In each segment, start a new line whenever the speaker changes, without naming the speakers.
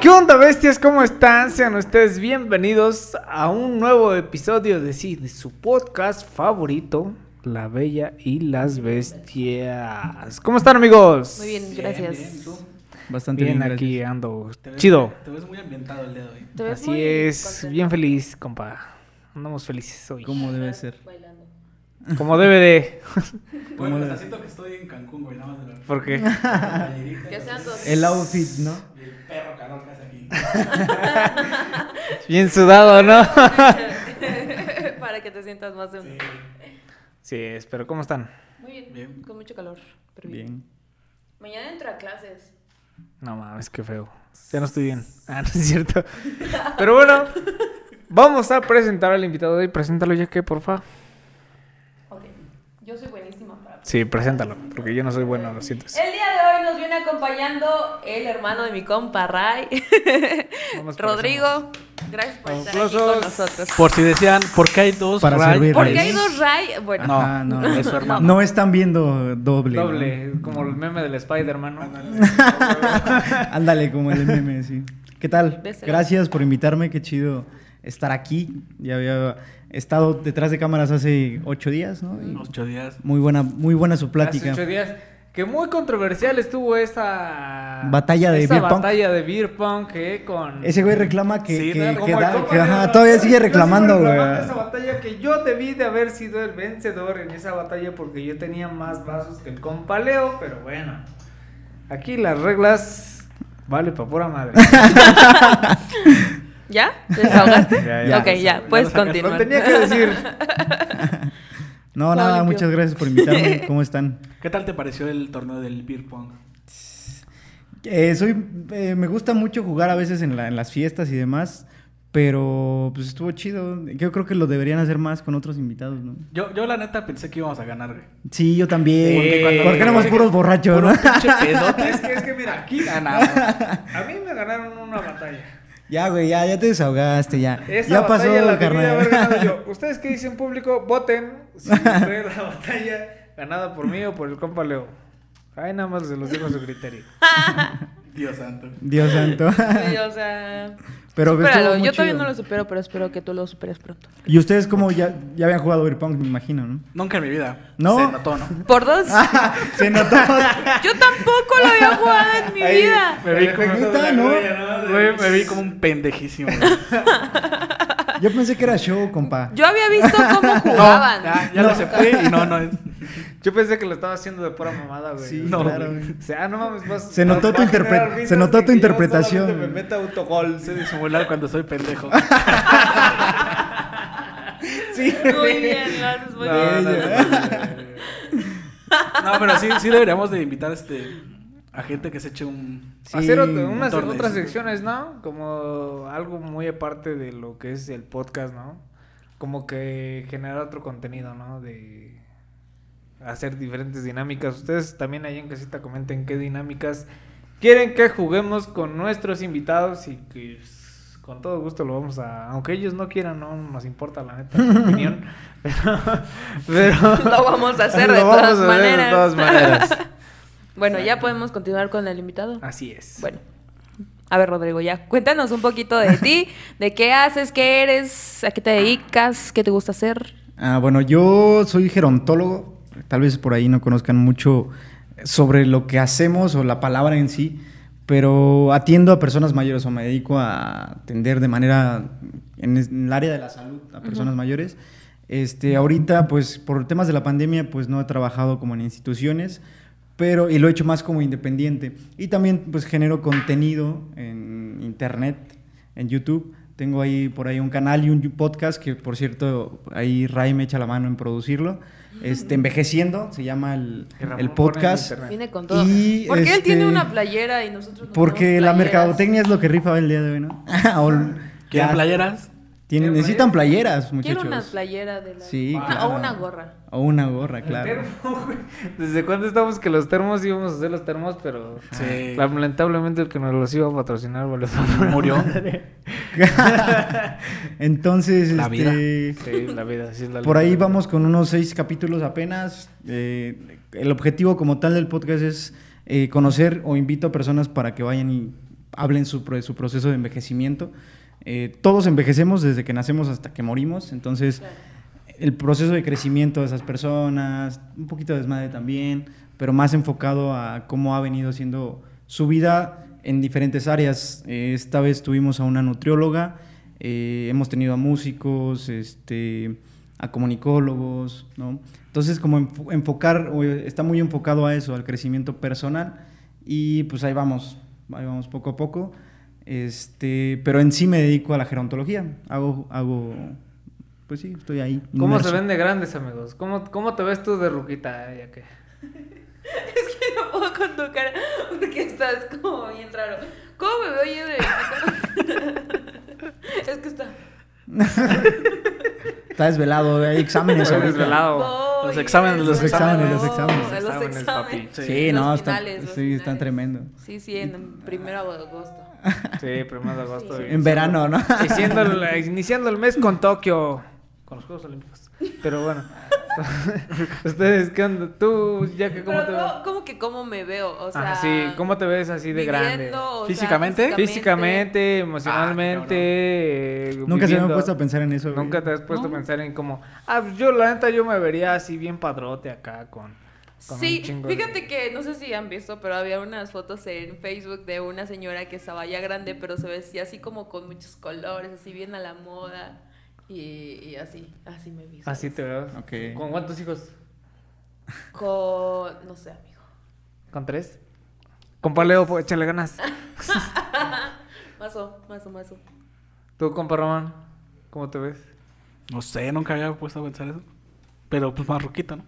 ¿Qué onda, bestias? ¿Cómo están? Sean ustedes bienvenidos a un nuevo episodio de sí, de su podcast favorito, La Bella y las Bestias. ¿Cómo están, amigos?
Muy bien, gracias.
Bastante bien, aquí
gracias.
ando.
Te ves-
Chido.
Te ves muy ambientado el día de hoy.
Te ves
Así
muy
es,
contento.
bien feliz, compa. Andamos felices hoy.
¿Cómo debe ser?
Bailando.
Como debe de.
Bueno, hasta siento que estoy en Cancún, güey, nada más de la
Porque
Que sean dos.
El outfit, ¿no?
Y el perro calor que hace aquí.
bien sudado, ¿no?
Para que te sientas más en...
Sí.
Sí, es, pero ¿cómo están?
Muy bien.
Bien.
Con mucho calor. Pero bien.
Bien.
Mañana entro a clases.
No mames, qué feo. Ya no estoy bien. Ah, no es cierto. Pero bueno, vamos a presentar al invitado de hoy. Preséntalo ya que, porfa.
Ok. Yo soy buenísima para...
Sí, preséntalo, porque yo no soy bueno, lo siento.
El día de hoy nos viene acompañando el hermano de mi compa, Ray.
Vamos por
Rodrigo, gracias por estar aquí
Aplausos.
con nosotros.
Por si decían, ¿por qué hay dos?
Para
Ray?
servirles.
¿Por qué hay dos Ray? Bueno,
Ajá, no,
es su hermano.
No están viendo doble. ¿no?
Doble, como el meme del Spider-Man. ¿no?
Ándale, como el meme, sí. ¿Qué tal?
De ser.
Gracias por invitarme, qué chido estar aquí. Ya había estado detrás de cámaras hace ocho días, ¿no? Y
Ocho días.
muy buena, muy buena su
Hace ocho
plática.
días. Que muy controversial estuvo esa.
Batalla de
esa
beer punk.
batalla de beer punk, eh, con.
Ese güey reclama que,
Sí, no,
que- que
como el
da-
compa
que-
de-
ajá,
yo
todavía
sigo
sigue reclamando, güey.
reclamando Esa batalla que yo debí de haber sido el vencedor en esa batalla porque yo tenía más vasos que el compa Leo, pero bueno. Aquí las reglas. Vale, pa' pura madre.
¿ya? ¿Te desahogaste?
Ya,
ya.
ok, ya, puedes
Lo
continuar.
tenía que decir.
No, nada,
Limpio.
muchas gracias por invitarme. ¿Cómo están?
¿Qué tal te pareció el torneo del beer pong?
Eh, soy, eh, me gusta mucho jugar a veces en, la- en las fiestas y demás, pero pues estuvo chido. Yo creo que lo deberían hacer más con otros invitados, ¿no?
Yo, yo la neta pensé que íbamos a ganar, güey.
Sí, yo también.
Porque cuando-
Porque éramos puros borrachos,
Puro
¿no?
pinche pedote.
es, que, es que mira, aquí
Ah,
ganamos. A mí me ganaron una batalla.
Ya, güey, ya, ya te desahogaste, ya.
Esa
ya pasó,
batalla la debí de haber
carnal.
ganado yo. Ustedes que dicen público, voten si fue la batalla ganada por mí o por el compa Leo. Ahí nada más se los digo a su criterio.
Dios santo.
Dios santo.
Sí, o sea...
Pero que
supéralo.
estuvo muy
Yo todavía
chido.
no lo supero, pero espero que tú lo superes pronto.
Y ustedes como ya, ya habían jugado beer pong, me imagino, ¿no?
Nunca en mi vida.
No.
Se notó, ¿no?
Por dos.
Se notó.
Yo tampoco lo había jugado en mi
Ahí.
vida.
Me vi,
El
como,
efecto, ¿no?
Güey, me vi como un pendejísimo. güey.
Yo pensé que era show, compa.
Yo había visto cómo jugaban.
Ya, ya lo acepté y no, no es.
Yo pensé que lo estaba haciendo de pura mamada, güey.
Sí,
O sea,
No,
claro.
güey.
güey.
O sea, ah, no mames, vas-
Se notó
vas
tu
a generar
interpre-
risas
se notó
de
tu
que yo
interpretación.
solamente Me meta autogol.
Sé disimular cuando soy pendejo.
Sí.
Muy bien, gracias, muy
No,
bien.
no, no, no, no, no, no.
No, pero sí, sí deberíamos de invitar este, a gente que se eche un...
Sí,
hacer otro- unas
torneo.
otras secciones, ¿no? Como algo muy aparte de lo que es el podcast, ¿no? Como que generar otro contenido, ¿no? De hacer diferentes dinámicas. Ustedes también ahí en casita comenten qué dinámicas quieren que juguemos con nuestros invitados y que pues, con todo gusto lo vamos a... Aunque ellos no quieran, no nos importa la neta su opinión. Pero... pero-
Lo vamos a hacer de
lo vamos a
todas
hacer
maneras.
de todas maneras.
Bueno, ya podemos continuar con el invitado.
Ah.
Así es.
Bueno. A ver, Rodrigo, ya cuéntanos un poquito de ti, de qué haces, qué eres, a qué te dedicas, qué te gusta hacer.
Ah, bueno, yo soy gerontólogo. Tal vez por ahí no conozcan mucho sobre lo que hacemos o la palabra en sí, pero atiendo a personas mayores o me dedico a atender de manera en es- en el área de la salud a personas mayores. Este, ahorita, pues por temas de la pandemia, pues no he trabajado como en instituciones, pero y lo he hecho más como independiente. Y también, pues genero contenido en internet en YouTube. Tengo ahí por ahí un canal y un podcast que, por cierto, ahí Ray me echa la mano en producirlo. Este, Envejeciendo, se llama el,
Que Ramón
el
pone
podcast.
en internet.
Viene con todo.
Y,
Porque él
este,
tiene una playera y nosotros no
Porque
tenemos
la
playeras.
mercadotecnia es lo que rifa el día de hoy, ¿no? Ah, O-
¿Quieren
ya
playeras?
tienen-
¿Quieren
necesitan playeras, muchachos.
Quiero una playera de la.
Sí,
Ah,
claro.
O una gorra.
O una gorra,
El
claro.
termo, güey. ¿Desde cuándo estamos que los termos íbamos a hacer los termos? Pero
Sí.
lamentablemente el que nos los iba a patrocinar valió para
Murió.
Entonces,
La
este,
Sí, la vida, así es la
Por
vida.
ahí vamos con unos seis capítulos apenas. Eh, el objetivo como tal del podcast es eh, conocer o invito a personas para que vayan y hablen su, pro- su proceso de envejecimiento. Eh, todos envejecemos desde que nacemos hasta que morimos, entonces el proceso de crecimiento de esas personas, un poquito de desmadre también, pero más enfocado a cómo ha venido siendo su vida en diferentes áreas. Eh, esta vez tuvimos a una nutrióloga, eh, hemos tenido a músicos, este, a comunicólogos, ¿no? Entonces, como enfo- enfocar, o, eh, está muy enfocado a eso, al crecimiento personal, y pues ahí vamos, ahí vamos poco a poco. Este, pero en sí me dedico a la gerontología. Hago, hago, pues sí, estoy ahí.
¿Cómo se
inmerso.
ven de grandes, amigos? ¿Cómo, cómo te ves tú de ruquita? eh, ya que-
Es que no puedo con tu cara porque estás como bien raro. ¿Cómo me veo yo de.? es que está.
Está desvelado, hay exámenes
Estoy
ahorita.
desvelado.
Voy,
Los exámenes, los
voy,
exámenes, los
voy,
exámenes.
voy, Los
Exámenes, papi.
exámenes.
Sí,
Los
no, está-
finales, los
sí, está
finales.
tremendo.
Sí, sí, en primero de agosto.
Sí, primero de agosto.
Sí.
y-
En verano, ¿no?
Iniciando el, iniciando el mes con Tokio. Con los Juegos Olímpicos. Pero bueno. Ustedes, ¿qué onda? Tú, ya que, ¿cómo
Pero
te ves?
¿cómo, cómo que cómo me veo? O sea,
Ajá, Ah, sí, ¿cómo te ves así de grande?
viviendo, o sea,
¿Físicamente?
Físicamente, emocionalmente. eh,
Nunca se me
viviendo.
había puesto a pensar en eso. güey.
Nunca te has puesto
No.
a pensar en como, ah, pues yo la neta yo me vería así bien padrote acá con... con un
Sí,
chingo de-
fíjate que no sé si han visto, pero había unas fotos en Facebook de una señora que estaba ya grande, pero se vestía así como con muchos colores, así bien a la moda. Y, y así, así me vi.
Así te veo.
Ok.
¿Con cuántos hijos?
Con, no sé, amigo.
¿Con tres? Compa Leo, pues, échale ganas.
Mazo, mazo, mazo.
¿Tú, compa Román? ¿Cómo te ves?
No sé, nunca había puesto a pensar eso. Pero pues más ruquita, ¿no?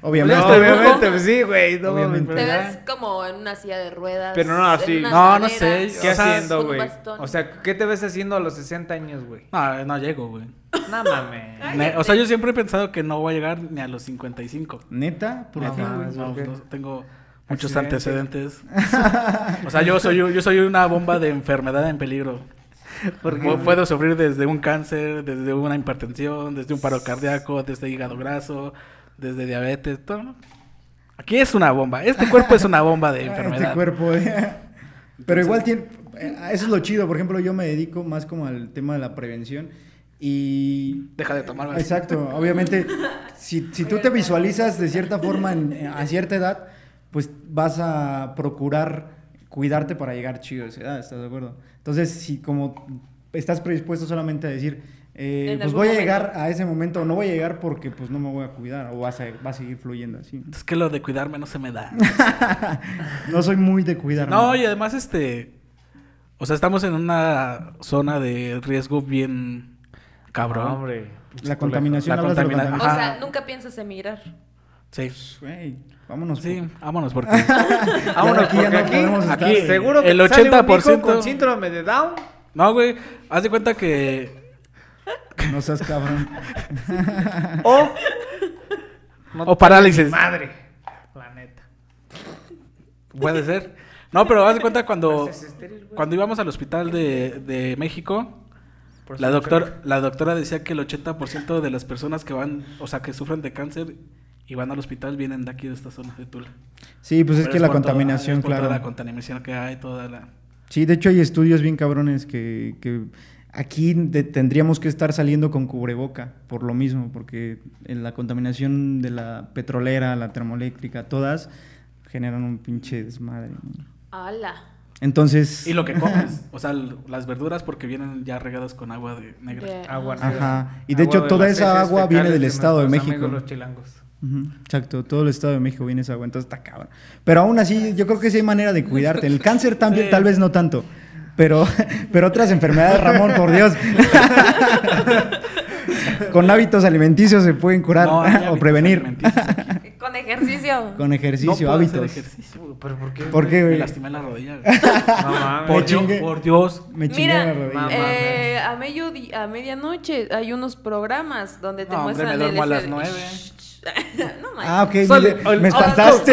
Obviamente.
No, obviamente, pues sí, güey. No,
Obviamente.
pero
Te
ya.
ves como en una silla de ruedas.
Pero no así.
en unas
No, no sé,
escaleras,
yo-
¿Qué
O sea,
haciendo,
con un
güey?
bastón.
O sea, ¿qué te ves haciendo a los 60 años, güey?
No, no llego, güey.
No mames.
Ay,
Ne- O sea, yo siempre he pensado que no voy a llegar ni a los 55.
Neta, por
Ajá.
fin, güey.
¿Por
No,
qué?
no, tengo muchos
Accidente.
antecedentes. o sea, yo soy, yo soy una bomba de enfermedad en peligro. Pu- Puedo sufrir desde un cáncer, desde una hipertensión, desde un paro cardíaco, desde hígado graso, desde diabetes, todo. ¿no? Aquí es una bomba. Este cuerpo es una bomba de enfermedad.
Este cuerpo, eh. Pero igual tiene. eh, Eso es lo chido. Por ejemplo, yo me dedico más como al tema de la prevención. Y.
Deja de tomar. güey.
Exacto. Obviamente, si, si tú te visualizas de cierta forma en- eh, a cierta edad, pues vas a procurar cuidarte para llegar chido a esa edad, ¿estás de acuerdo? Entonces, si como estás predispuesto solamente a decir, eh,
En
pues
algún
voy a llegar
momento.
a ese momento, o no voy a llegar porque pues no me voy a cuidar, o vas a, va a seguir fluyendo así.
Es que lo de cuidarme no se me da.
No soy muy de cuidarme.
No, y además este... O sea, estamos en una zona de riesgo bien
No,
cabrón.
hombre.
La contaminación,
La
hablas de la
contamina-
O
contaminación.
Ajá.
sea, nunca piensas emigrar.
sí.
Pues, güey, vámonos.
Sí,
pues.
vámonos porque...
Vámonos,
Ah, aquí ya
porque
no
aquí,
podemos
aquí
estar.
seguro que
El
te sale un hijo
80%.
con síndrome de Down.
No, güey. Haz de cuenta que...
No seas cabrón.
O. no
O
te-
parálisis.
Madre. La neta.
Puede ser. No, pero haz de cuenta cuando...
Haces estéril, Pues este, güey.
Cuando íbamos al hospital de, de México,
Por eso
la,
no
doctor, la doctora decía que el 80% de las personas que van, o sea, que sufren de cáncer y van al hospital vienen de aquí, de esta zona de Tula.
Sí, pues es
Pero
que la
por toda-
contaminación,
es por toda
claro.
la contaminación que hay, toda la...
Sí, de hecho hay estudios bien cabrones que, que aquí de- tendríamos que estar saliendo con cubreboca por lo mismo, porque en la contaminación de la petrolera, la termoeléctrica, todas generan un pinche desmadre. ¿no?
¡Hala!
Entonces,
Y lo que comes, o sea, l- las verduras porque vienen ya regadas con agua de negra.
De-
Agua
ajá.
Ajá. Y de
Agua
hecho, toda
las
esa
heces
agua viene
fecales
del Estado de
nuestros
México.
amigos los chilangos.
ujú, exacto, todo el Estado de México viene esa agua, entonces está cabrón. Pero aún así, yo creo que sí hay manera de cuidarte. El cáncer también,
Sí.
tal vez no tanto. Pero, pero otras enfermedades, Ramón, por Dios. Con hábitos alimenticios se pueden curar
No, hay
o
hábitos
prevenir.
alimenticios.
Con ejercicio.
Con
No
ejercicio,
puedo hacer
hábitos.
ejercicio.
Uy, ¿Pero por qué?
¿Por qué,
Me
güey?
lastimé la rodilla. güey.
No mames.
por, Dios,
chingué.
por Dios.
Me chingué
Mira,
la rodilla.
Mamá.
eh, a, medio di- a medianoche hay unos programas donde te
No, hombre,
muestran
me duermo a
el
las
este-
nueve.
no manches.
Ah, ok,
Sol-
me-
el-
me
el-
espantaste.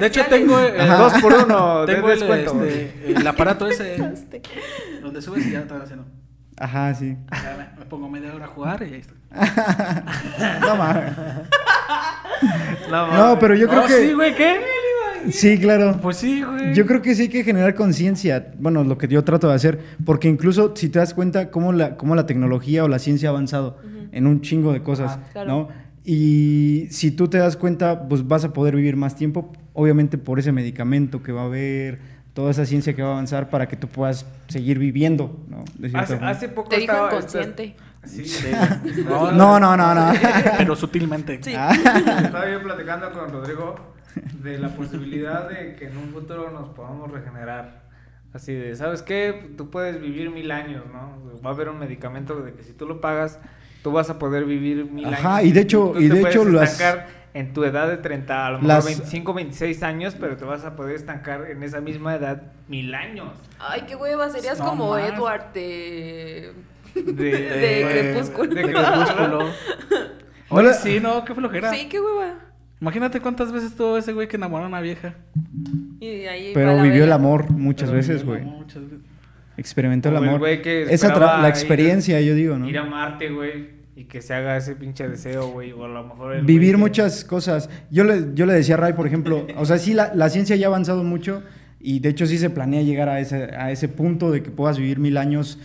De hecho, tengo... eh,
Eh, Dos por uno de
Tengo el,
descuento.
este, el aparato ese donde subes y ya están haciendo.
Ajá, sí.
Ya me, me pongo media hora a jugar y ahí está.
No, mames.
No, mames.
No, pero yo creo
No,
que.
sí, güey, ¿qué?
Sí, claro.
Pues sí, güey.
Yo creo que sí hay que generar conciencia. Bueno, lo que yo trato de hacer. Porque incluso si te das cuenta cómo la, cómo la tecnología o la ciencia ha avanzado en un chingo de cosas,
Ah, claro.
¿no? Y si tú te das cuenta, pues vas a poder vivir más tiempo, obviamente por ese medicamento que va a haber, toda esa ciencia que va a avanzar para que tú puedas seguir viviendo, ¿no? De cierta
Hace,
forma.
hace poco
Te dijo
estaba... este,
inconsciente.
Sí,
No,
No, no, no, no.
Pero sutilmente.
Sí.
Ah,
Estaba yo platicando con Rodrigo de la posibilidad de que en un futuro nos podamos regenerar. Así de, ¿sabes qué? Tú puedes vivir mil años, ¿no? Va a haber un medicamento de que si tú lo pagas, tú vas a poder vivir mil años.
Ajá, y de hecho-
Tú
y
te
de hecho
puedes
las-
estancar en tu edad de 30, a lo mejor
Las-
25, 26 años, pero te vas a poder estancar en esa misma edad mil años.
Ay, qué hueva, serías
No
como
más.
Edward de...
De,
De Crepúsculo.
de
De crepúsculo. Oye,
Hola.
sí, no, qué flojera.
Sí, qué hueva.
Imagínate cuántas veces todo ese güey que enamoró a una vieja.
Y ahí
Pero
para
vivió el
ver.
amor muchas
Pero
veces,
yo no,
güey.
Muchas veces.
Experimentó el
Como el
amor.
güey que
Esa
esperaba
tra- la experiencia, yo digo, ¿no?
Ir a Marte, güey. Y que se haga ese pinche deseo, güey. O a lo mejor. el güey
Vivir
que-
muchas cosas. Yo le, yo le decía a Ray, por ejemplo, o sea, sí, la, la ciencia ya ha avanzado mucho y de hecho sí se planea llegar a ese, a ese punto de que puedas vivir mil años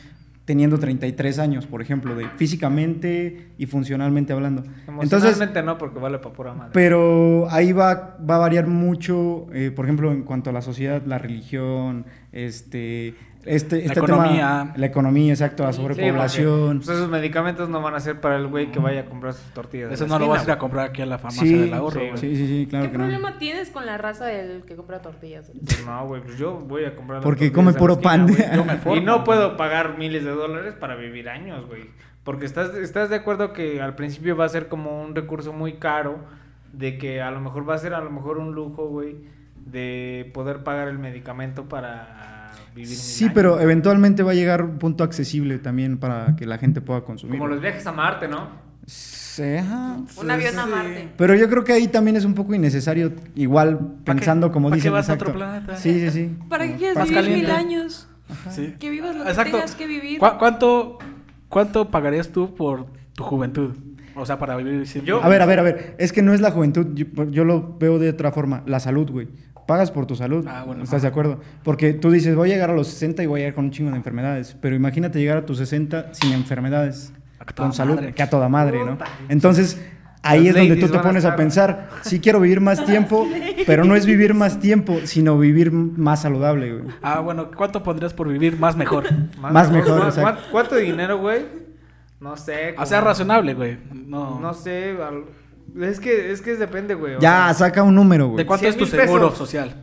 teniendo 33 años, por ejemplo, de físicamente y funcionalmente hablando. Entonces,
Emocionalmente no, porque vale para pura madre.
pero ahí va, va a variar mucho, eh, por ejemplo, en cuanto a la sociedad, la religión, este... Este,
La
este tema-
economía.
la economía, exacto, la
Sí, porque,
sobrepoblación.
Pues esos medicamentos no van a ser para el güey que vaya a comprar sus tortillas. de
Mm. Eso
la
no lo
esquina,
vas a ir a
güey.
comprar aquí a la farmacia
Sí,
del ahorro, güey.
sí, sí, sí, claro
¿Qué
que no.
problema tienes con la raza del que compra tortillas?
Pues No, güey, pues yo voy a comprar. las
Porque
tortillas
come
de la
puro
esquina,
pan.
güey.
Yo me
y
formo.
no puedo pagar miles de dólares para vivir años, güey. Porque estás, estás de acuerdo que al principio va a ser como un recurso muy caro, de que a lo mejor va a ser a lo mejor un lujo, güey, de poder pagar el medicamento para vivir. mil
Sí,
años.
pero eventualmente va a llegar un punto accesible también para que la gente pueda consumir.
Como los viajes a Marte, ¿no?
Sí, ajá.
Un avión a Marte.
Pero yo creo que ahí también es un poco innecesario, igual
¿Pa' qué-
pensando como
pa' qué
dicen.
vas a
exacto.
otro planeta?
Sí, sí, sí.
¿Para qué
Como
quieres
Más
vivir mil
caliente.
años?
Sí.
Que vivas lo que
Exacto.
tengas que vivir.
¿Cu- cuánto, ¿Cuánto pagarías tú por tu juventud? O sea, para vivir siempre.
Yo-
A ver, a ver, a ver. Es que no es la juventud. Yo, yo lo veo de otra forma. La salud, güey. Pagas por tu salud.
Ah, bueno.
¿Estás de acuerdo? Porque tú dices, voy a llegar a los 60 y voy a llegar con un chingo de enfermedades. Pero imagínate llegar a tus 60 sin enfermedades.
A toda
Con salud.
madre.
Que a toda madre, ¿no?
Puta.
Entonces, ahí
Las
es donde tú
ladies
te
van a
pones a
estar-
pensar, sí quiero vivir más tiempo, pero no es vivir más tiempo, sino vivir más saludable, güey.
Ah, bueno, ¿cuánto pondrías por vivir más mejor?
Más mejor,
¿Cuá-
exacto.
cuá- ¿Cuánto dinero, güey? No sé.
O sea,
como-
razonable, güey. No.
No sé, al- es que es que depende, güey. o
Ya,
sea,
saca un número,
¿De
güey.
cuánto es tu
100,000
seguro
pesos.
social?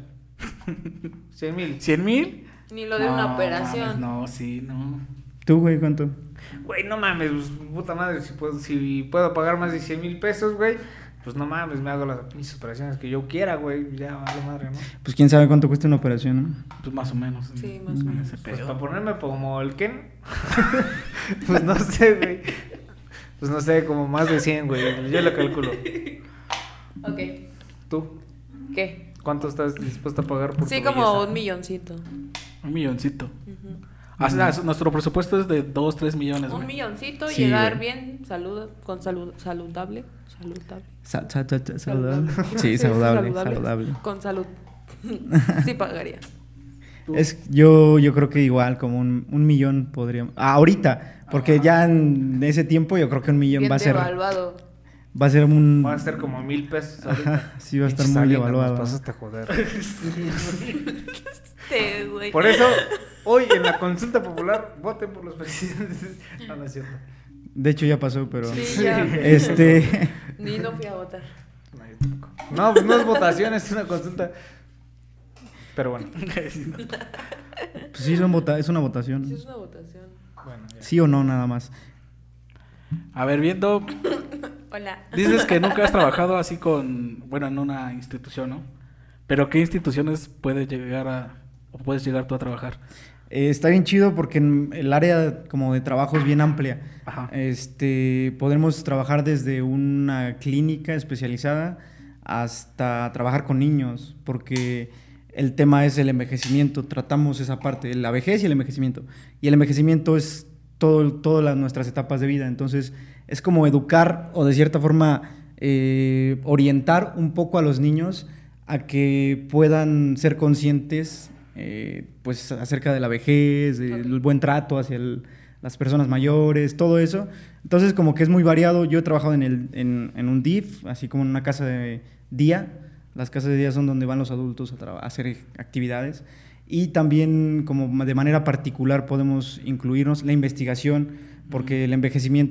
100 mil.
¿Cien mil?
Ni lo de una operación.
no, sí, no.
¿Tú, güey, cuánto?
Güey, no mames, pues, puta madre, si puedo, si puedo pagar más de 100 mil pesos, güey, pues no mames, me hago las pinches operaciones que yo quiera, güey, ya vale madre, ¿no?
Pues quién sabe cuánto cuesta una operación, ¿no?
Pues más o menos. Mm,
Sí, más o menos.
Ese
Pues
pedo.
para ponerme como el Ken, pues no sé, güey. Pues no sé, como más de 100, güey, yo lo calculo.
Ok.
¿Tú
¿Qué?
cuánto estás dispuesto a pagar por
Sí,
tu
como
belleza?
un milloncito.
Un milloncito.
Mm.
O sea, nuestro presupuesto es de 2, 3 millones,
Un
güey.
milloncito,
Sí,
llegar
güey.
bien, salud, con salud, saludable. Saludable.
Sa- sa- sa- sa- saludable. Sí, saludable, saludable.
Con salud. sí pagaría.
Es, yo, yo creo que igual, como un, un millón podríamos... Ah, ahorita, porque ya en ese tiempo yo creo que un millón
Bien
va a ser...
devaluado.
Va a ser un...
Va a ser como mil pesos.
Ajá,
ahorita.
sí, va a estar
Pinches
muy
aliens, nos
devaluado.
pasaste a joder.
Este, güey.
Por eso, hoy en la consulta popular, voten por los presidentes. No, no es cierto.
De hecho ya pasó, pero...
Sí, ya.
Este...
Ni no fui a votar.
No, yo tampoco. No, pues no es votación, es una consulta. Pero bueno,
Pues sí, son vota- es una votación.
Sí, es una votación.
bueno, ya.
Sí o no, nada más.
A ver, viendo.
Hola.
Dices que nunca has trabajado así con. Bueno, en una institución, ¿no? Pero ¿qué instituciones puedes llegar a. o puedes llegar tú a trabajar?
Eh, está bien chido porque en- el área como de trabajo es bien amplia.
Ajá.
Este, podemos trabajar desde una clínica especializada hasta trabajar con niños, porque el tema es el envejecimiento, tratamos esa parte, la vejez y el envejecimiento. Y el envejecimiento es todo, todas las- nuestras etapas de vida, entonces es como educar o de cierta forma eh, orientar un poco a los niños a que puedan ser conscientes eh, pues acerca de la vejez, el buen trato hacia el- las personas mayores, todo eso. Entonces como que es muy variado. Yo he trabajado en, el, en, en un DIF, así como en una casa de día. Las casas de día son donde van los adultos a, traba- a hacer actividades. Y también como de manera particular podemos incluirnos la investigación, porque el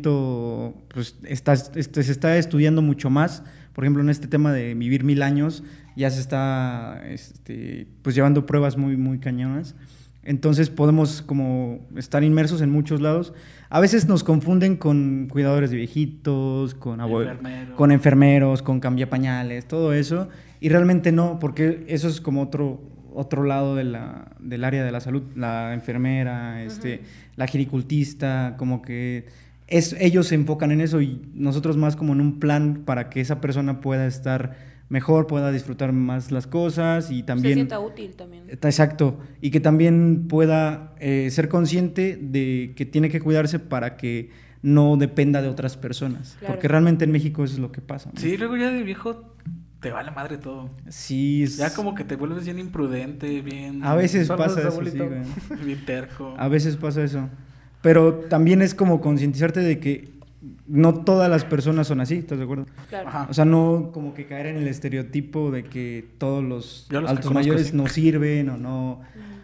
envejecimiento pues, está, este, se está estudiando mucho más. Por ejemplo, en este tema de vivir mil años, ya se está este, pues, llevando pruebas muy, muy cañonas. Entonces podemos como estar inmersos en muchos lados. A veces nos confunden con cuidadores de viejitos,
Ah,
con abuelos,
Enfermeros.
con
em-
enfermeros, con cambia pañales, todo eso. Y realmente no, porque eso es como otro, otro lado de la, del área de la salud. La enfermera, este, la giricultista, como que es, ellos se enfocan en eso y nosotros más como en un plan para que esa persona pueda estar mejor, pueda disfrutar más las cosas y
Se
también... Eh,
sienta útil también.
Está exacto. Y que también pueda eh, ser consciente de que tiene que cuidarse para que no dependa de otras personas.
Claro.
Porque realmente en México eso es lo que pasa. ¿no?
Sí, luego ya de viejo te vale madre todo.
Sí, es-
Ya como que te vuelves bien imprudente, bien.
Pues, a veces
Saludos,
pasa eso, sí,
abuelito.
güey.
Bien terco.
A veces pasa eso. Pero también es como concientizarte de que no todas las personas son así, ¿estás de acuerdo?
Claro.
Ajá.
Ah, O sea, no como que caer en el estereotipo de que todos los,
Yo los que
altos
conozco,
mayores
sí.
no sirven o no,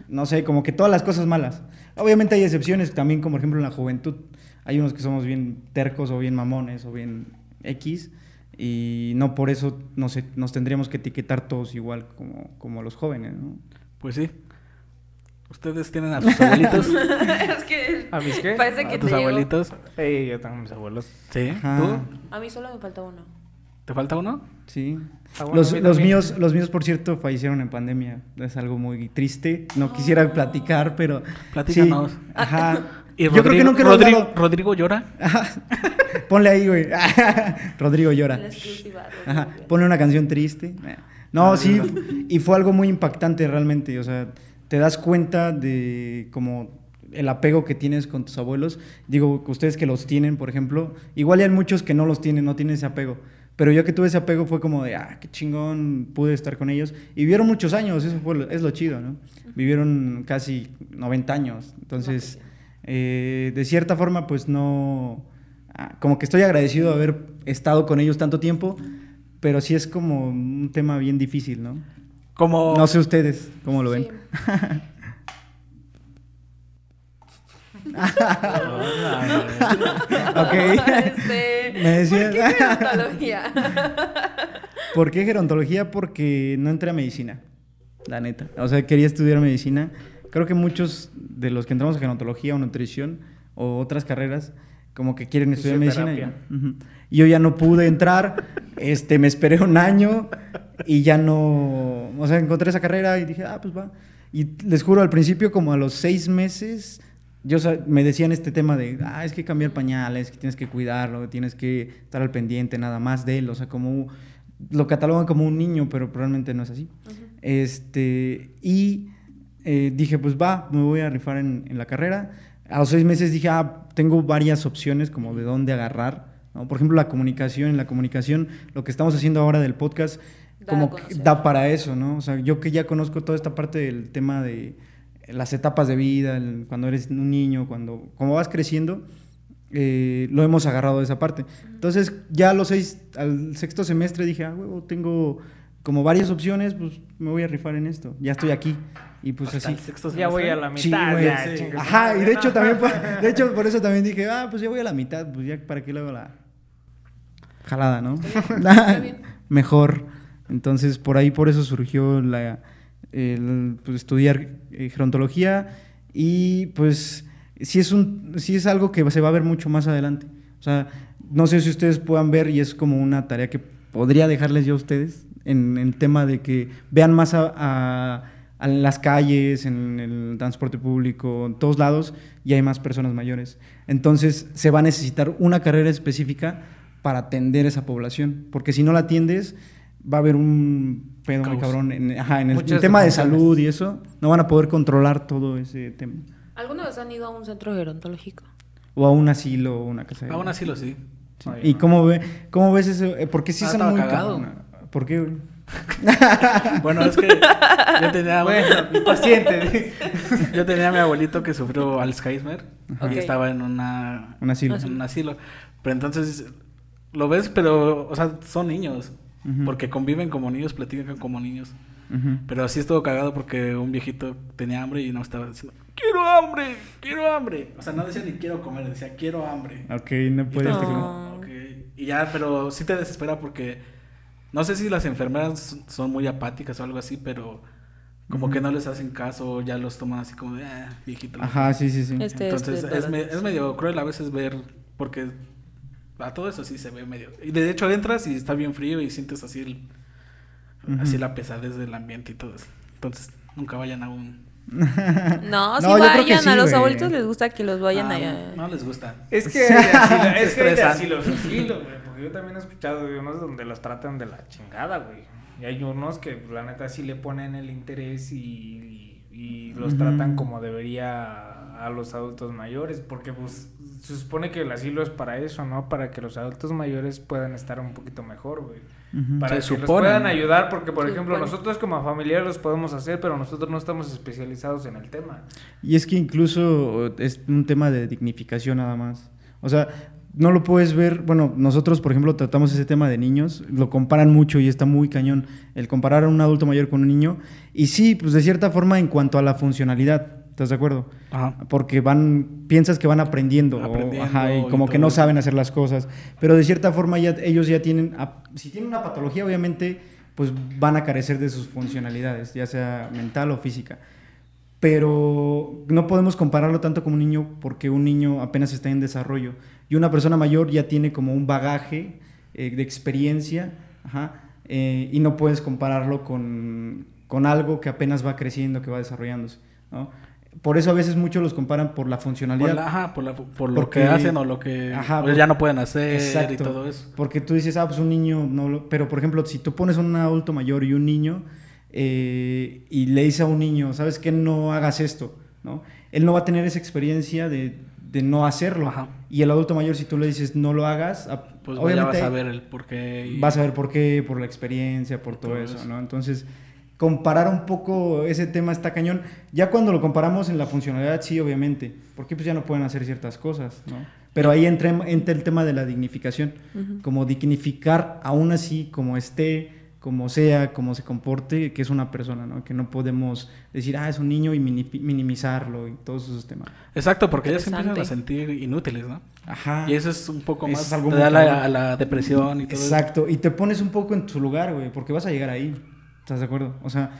no sé, como que todas las cosas malas. Obviamente hay excepciones también, como por ejemplo en la juventud, hay unos que somos bien tercos o bien mamones o bien X y no por eso nos, nos tendríamos que etiquetar todos igual como, como los jóvenes, ¿no?
Pues sí. Ustedes tienen a sus abuelitos.
es que
¿A mis qué?
parece que
a
te
tus
llegó.
abuelitos.
Ey, yo tengo mis abuelos.
Sí.
Ajá.
¿Tú?
A mí solo me falta uno.
¿Te falta uno?
Sí.
Ah, bueno,
los,
a mí
los
también.
míos, los míos, por cierto, fallecieron en pandemia. Es algo muy triste. No
Ah.
quisiera platicar, pero.
Platícanos.
sí, Ajá.
¿Y
Yo creo que nunca lo he
Rodrigo,
hablado.
Rodrigo llora.
Ponle ahí, güey. Rodrigo llora.
La exclusiva. de
Ajá.
Google.
Ponle una canción triste. Ah, No, sí. Y fue algo muy impactante realmente. O sea, te das cuenta de como el apego que tienes con tus abuelos. Digo, que ustedes que los tienen, por ejemplo. Igual y hay muchos que no los tienen, no tienen ese apego. Pero yo que tuve ese apego fue como de, ah, qué chingón, pude estar con ellos. Y vivieron muchos años, eso fue lo- es lo chido, ¿no? Vivieron casi 90 años. Entonces, eh, de cierta forma, pues no... ah, Como que estoy agradecido de haber estado con ellos tanto tiempo, pero sí es como un tema bien difícil, ¿no?
Como.
No sé ustedes cómo lo ven.
Sí.
Ah,
ok.
Este,
Me decía-
¿Por qué gerontología?
¿Por qué gerontología? Porque no entré a medicina, la neta. O sea, quería estudiar medicina. Creo que muchos de los que entramos a gerontología o nutrición o otras carreras, como que quieren estudiar medicina. Y, Ujú. Y yo ya no pude entrar, este, me esperé un año y ya no... O sea, encontré esa carrera y dije, ah, pues va. Y les juro, al principio, como a los seis meses, yo sa- me decían este tema de, ah, es que cambiar pañales, que tienes que cuidarlo, tienes que estar al pendiente nada más de él, o sea, como lo catalogan como un niño, pero realmente no es así. Este, y eh, dije, pues va, me voy a rifar en, en la carrera. A los seis meses dije, ah, tengo varias opciones como de dónde agarrar, ¿no? Por ejemplo, la comunicación, en la comunicación, lo que estamos haciendo ahora del podcast,
Da a
como que
conocer.
da para eso, ¿no? O sea, yo que ya conozco toda esta parte del tema de las etapas de vida, el- cuando eres un niño, cuando como vas creciendo, eh, lo hemos agarrado de esa parte. Entonces, ya a los seis, al sexto semestre dije, ah, huevo, tengo como varias opciones, pues me voy a rifar en esto. Ya estoy aquí. Y pues
Hasta
así.
el sexto
Ya
semestre.
voy a la mitad.
Sí, güey.
ya,
Sí.
chingue su
Ajá, y
madre,
de
¿no?
hecho también por, de hecho por eso también dije, ah, pues ya voy a la mitad, pues ya para qué le hago la jalada, ¿no?
está bien.
Mejor. Entonces, por ahí por eso surgió la el, pues, estudiar eh, gerontología y pues sí es un sí es algo que se va a ver mucho más adelante. O sea, no sé si ustedes puedan ver y es como una tarea que podría dejarles yo a ustedes en el tema de que vean más a, a- a las calles, en el transporte público, en todos lados, y hay más personas mayores. Entonces se va a necesitar una carrera específica para atender esa población, porque si no la atiendes va a haber un pedo muy
Caos.
cabrón en, ajá, en el
Muchas
tema de
dependencias.
salud y eso, no van a poder controlar todo ese tema.
¿Alguna vez han ido a un centro gerontológico?
O a un asilo o una casa de...
Aún así lo sí.
Sí. ¿Y cómo, ve, cómo ves eso? Eh, Porque sí
Ah,
son
estaba
muy
cagado.
cabrón. ¿Por qué, güey?
Bueno, es que yo tenía,
Bueno, mi paciente.
yo tenía a mi abuelito que sufrió Alzheimer
Ok.
y estaba en una,
Un asilo.
en un asilo. Pero entonces lo ves, pero, o sea, son niños.
Ujú.
Porque conviven como niños, platican como niños.
Ujú.
Pero así estuvo cagado porque un viejito tenía hambre y no estaba diciendo, quiero hambre, quiero hambre. O sea, no decía ni quiero comer, decía, quiero hambre.
Ok, este no
Y
puede
estás
No.
ser.
como, "Ok". Y ya, pero sí te desespera porque no sé si las enfermeras son muy apáticas o algo así, pero como que no les hacen caso, ya los toman así como de, "Ah, viejito.
Ajá, sí, sí, sí.
Este,
Entonces
este,
es,
para-
me- es medio cruel a veces ver, porque a todo eso sí se ve medio. Y de hecho entras y está bien frío y sientes así, el- así la pesadez del ambiente y todo eso. Entonces nunca vayan a un.
No, si
No, yo creo que
vayan,
sí,
a los
güey.
abuelitos les gusta que los vayan
Ah,
allá.
No les gusta.
Es que hay de asilo,
Se
es que hay de
estresan.
asilos, asilos, güey. Porque yo también he escuchado de unos donde los tratan de la chingada, güey. Y hay unos que, pues, la neta, sí le ponen el interés y, y- y los tratan como debería a los adultos mayores. Porque, pues, se supone que el asilo es para eso, ¿no? Para que los adultos mayores puedan estar un poquito mejor, güey.
Ujú.
Para
Se
que los
supone,
puedan
¿no?
ayudar, porque, por
Se
ejemplo,
supone.
nosotros como familiares los podemos hacer, pero nosotros no estamos especializados en el tema.
Y es que incluso eh, es un tema de dignificación nada más. O sea, no lo puedes ver, bueno, nosotros por ejemplo tratamos ese tema de niños, lo comparan mucho y está muy cañón el comparar a un adulto mayor con un niño. Y sí, pues de cierta forma en cuanto a la funcionalidad, ¿estás de acuerdo?
Ajá.
Porque van, piensas que van aprendiendo, o-
Aprendiendo
ajá, y
y
como que no
todo.
saben hacer las cosas, pero de cierta forma ya ellos ya tienen, ap- si tienen una patología obviamente, pues van a carecer de sus funcionalidades, ya sea mental o física. Pero no podemos compararlo tanto como un niño porque un niño apenas está en desarrollo y una persona mayor ya tiene como un bagaje eh, de experiencia ajá, eh, y no puedes compararlo con, con algo que apenas va creciendo, que va desarrollándose. ¿no? Por eso a veces muchos los comparan por la funcionalidad.
Por, la- ajá, por, la- por lo
Porque-
que hacen o lo que
Ajá,
o
por-
ya no pueden hacer y
Exacto.
todo eso.
Porque tú dices, ah, pues un niño no lo... Pero, por ejemplo, si tú pones a un adulto mayor y un niño eh, y le dices a un niño, ¿sabes qué? No hagas esto, ¿no? Él no va a tener esa experiencia de, de no hacerlo.
Ajá.
Y el adulto mayor, si tú le dices, no lo hagas, ah,
Pues güey, ya
obviamente
vas a ver el por qué. y-
vas a ver por qué, por la experiencia, por todo,
Todo
eso,
eso.
¿no? Entonces, comparar un poco ese tema está cañón. Ya cuando lo comparamos en la funcionalidad, sí, obviamente, porque pues ya no pueden hacer ciertas cosas, ¿no? Pero ahí entra, entra el tema de la dignificación, como dignificar aún así como esté, como sea, como se comporte, que es una persona, ¿no? Que no podemos decir, ah, es un niño y mini- minimizarlo y todos esos temas.
Exacto, porque ya se empiezan a
Interesante.
sentir inútiles, ¿no?
Ajá.
Y eso es un poco
Ah. Eso
más.
es algo
te
muy
da
cabrón.
la, a la depresión y todo eso.
Exacto, y te pones un poco en tu lugar, güey, porque vas a llegar ahí. ¿Estás de acuerdo? O sea,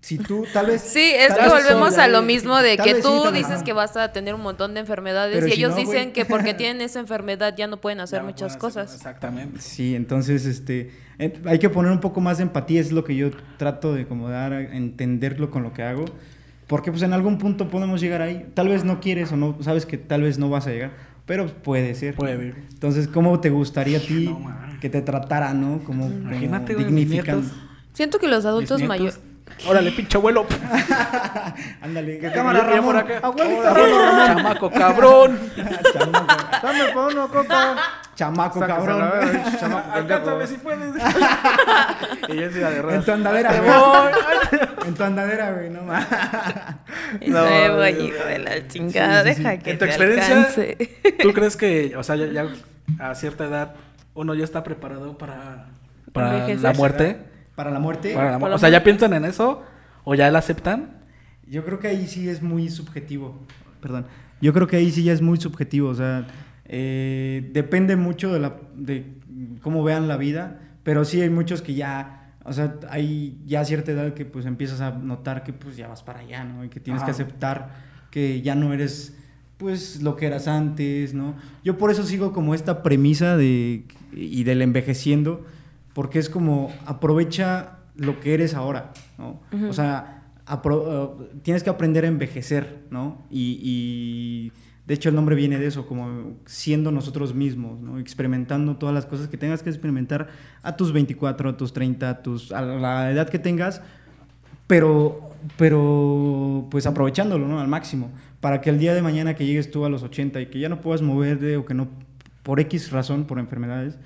si tú tal vez.
Sí, es
tal
que
vez
volvemos
soy-
a lo mismo de
tal
que
vez sí,
tú
tal vez
dices
no.
que vas a tener un montón de enfermedades
Pero
y
si
ellos
no, güey.
dicen que porque tienen esa enfermedad ya no pueden
Ya
hacer
no
muchas
pueden hacer-
cosas.
Exactamente.
Sí, entonces este, eh, hay que poner un poco más de empatía, es lo que yo trato de como dar, a entenderlo con lo que hago, porque pues en algún punto podemos llegar ahí, tal vez no quieres o no, sabes que tal vez no vas a llegar, pero puede ser.
Puede.
Entonces, ¿cómo te gustaría a ti
No, man.
que te tratara, no? Como, como
Imagínate, güey, mis
dignificando.
nietos.
Siento que los adultos
Mis
mayores...
nietos. Órale, pinche abuelo.
Ándale,
Que
cámara
Yo
Ramón,
por acá.
abuelito
Ahora,
Ramón.
Chamaco, cabrón.
Chamaco,
Dame pa' uno, coca.
chamaco
Sácasela,
cabrón.
a ver, chamaco pendejo.
puedes. y yo sí la de
En tu
ruedas.
andadera, güey. En tu andadera, güey, no más.
Es
No,
nuevo,
Dios
hijo de la chingada, deja que
En tu
te
experiencia,
alcance.
¿tú crees que, o sea, ya, ya a cierta edad uno ya está preparado para, para la
Envejecer.
muerte?
Para la muerte,
Para la mu-
Para
o sea,
la
¿ya piensan en eso? ¿O ya la aceptan?
yo creo que ahí sí es muy subjetivo. Perdón. Yo creo que ahí sí ya es muy subjetivo. O sea, eh, depende mucho de, la, de cómo vean la vida. Pero sí hay muchos que ya, o sea, hay ya a cierta edad que pues empiezas a notar que pues ya vas para allá, ¿no? Y que tienes que
Ajá.
aceptar que ya no eres pues lo que eras antes, ¿no? Yo por eso sigo como esta premisa de y del envejeciendo, porque es como aprovecha lo que eres ahora, ¿no? O sea, apro- eh, tienes que aprender a envejecer, ¿no? Y, y de hecho el nombre viene de eso, como siendo nosotros mismos, ¿no? Experimentando todas las cosas que tengas que experimentar a tus 24, a tus 30, a, tus, a la edad que tengas, pero, pero pues aprovechándolo, ¿no? Al máximo, para que el día de mañana que llegues tú a los 80 y que ya no puedas moverte o que no, por X razón, por enfermedades,